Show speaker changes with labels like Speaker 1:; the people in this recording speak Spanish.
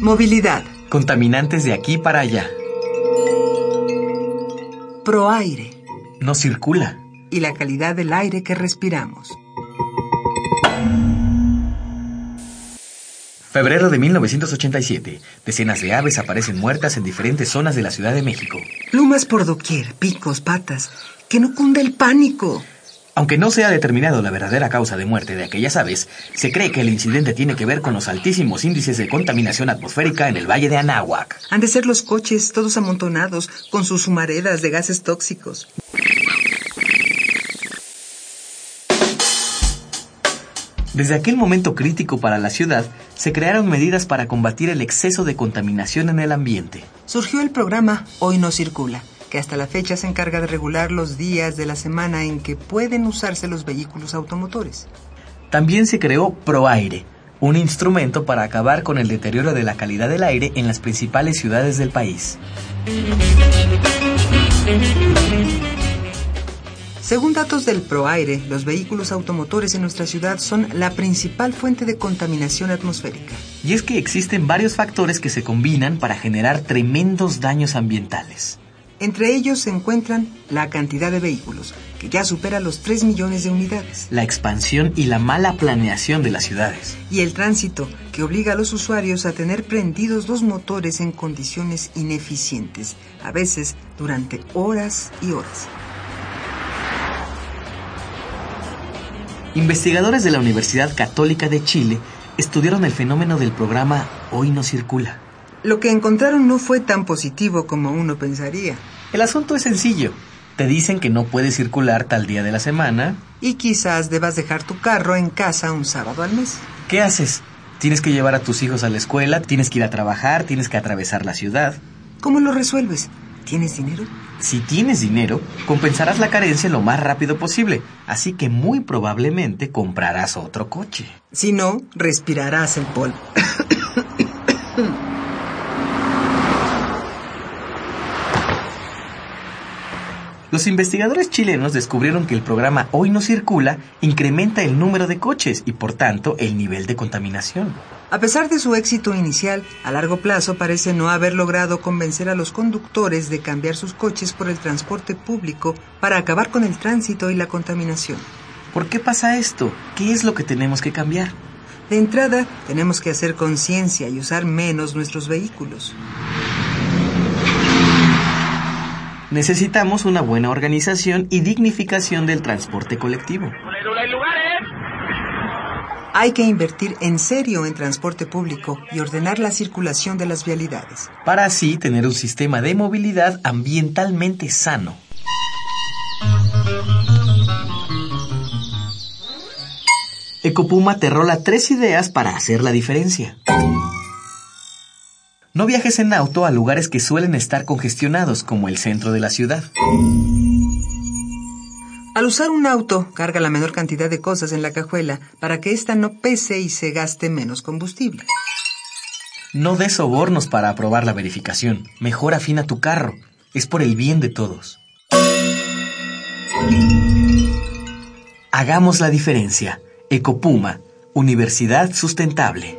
Speaker 1: Movilidad.
Speaker 2: Contaminantes de aquí para allá.
Speaker 1: Proaire.
Speaker 2: No circula.
Speaker 1: Y la calidad del aire que respiramos.
Speaker 2: Febrero de 1987. Decenas de aves aparecen muertas en diferentes zonas de la Ciudad de México.
Speaker 1: Plumas por doquier, picos, patas. Que no cunda el pánico.
Speaker 2: Aunque no se ha determinado la verdadera causa de muerte de aquellas aves, se cree que el incidente tiene que ver con los altísimos índices de contaminación atmosférica en el valle de Anáhuac.
Speaker 1: Han de ser los coches todos amontonados con sus humaredas de gases tóxicos.
Speaker 2: Desde aquel momento crítico para la ciudad, se crearon medidas para combatir el exceso de contaminación en el ambiente.
Speaker 1: Surgió el programa Hoy no circula, que hasta la fecha se encarga de regular los días de la semana en que pueden usarse los vehículos automotores.
Speaker 2: También se creó ProAire, un instrumento para acabar con el deterioro de la calidad del aire en las principales ciudades del país.
Speaker 1: Según datos del ProAire, los vehículos automotores en nuestra ciudad son la principal fuente de contaminación atmosférica.
Speaker 2: Y es que existen varios factores que se combinan para generar tremendos daños ambientales.
Speaker 1: Entre ellos se encuentran la cantidad de vehículos, que ya supera los 3 millones de unidades,
Speaker 2: La expansión y la mala planeación de las ciudades.
Speaker 1: y el tránsito, que obliga a los usuarios a tener prendidos los motores en condiciones ineficientes, a veces durante horas y horas.
Speaker 2: Investigadores de la Universidad Católica de Chile estudiaron el fenómeno del programa Hoy no circula.
Speaker 1: Lo que encontraron no fue tan positivo como uno pensaría,
Speaker 2: El asunto es sencillo. Te dicen que no puedes circular tal día de la semana.
Speaker 1: y quizás debas dejar tu carro en casa un sábado al mes.
Speaker 2: ¿Qué haces? Tienes que llevar a tus hijos a la escuela, tienes que ir a trabajar, tienes que atravesar la ciudad.
Speaker 1: ¿Cómo lo resuelves? ¿Tienes dinero?
Speaker 2: Si tienes dinero, compensarás la carencia lo más rápido posible, así que muy probablemente comprarás otro coche.
Speaker 1: Si no, respirarás el polvo.
Speaker 2: Los investigadores chilenos descubrieron que el programa Hoy no circula incrementa el número de coches y por tanto el nivel de contaminación.
Speaker 1: A pesar de su éxito inicial, a largo plazo parece no haber logrado convencer a los conductores de cambiar sus coches por el transporte público para acabar con el tránsito y la contaminación.
Speaker 2: ¿Por qué pasa esto? ¿Qué es lo que tenemos que cambiar?
Speaker 1: De entrada, tenemos que hacer conciencia y usar menos nuestros vehículos.
Speaker 2: Necesitamos una buena organización y dignificación del transporte colectivo.
Speaker 1: Hay que invertir en serio en transporte público y ordenar la circulación de las vialidades.
Speaker 2: para así tener un sistema de movilidad ambientalmente sano. Ecopuma te rola tres ideas para hacer la diferencia. No viajes en auto a lugares que suelen estar congestionados, como el centro de la ciudad.
Speaker 1: Al usar un auto, carga la menor cantidad de cosas en la cajuela para que ésta no pese y se gaste menos combustible.
Speaker 2: No des sobornos para aprobar la verificación. Mejor afina tu carro. Es por el bien de todos. Hagamos la diferencia. Ecopuma, Universidad Sustentable.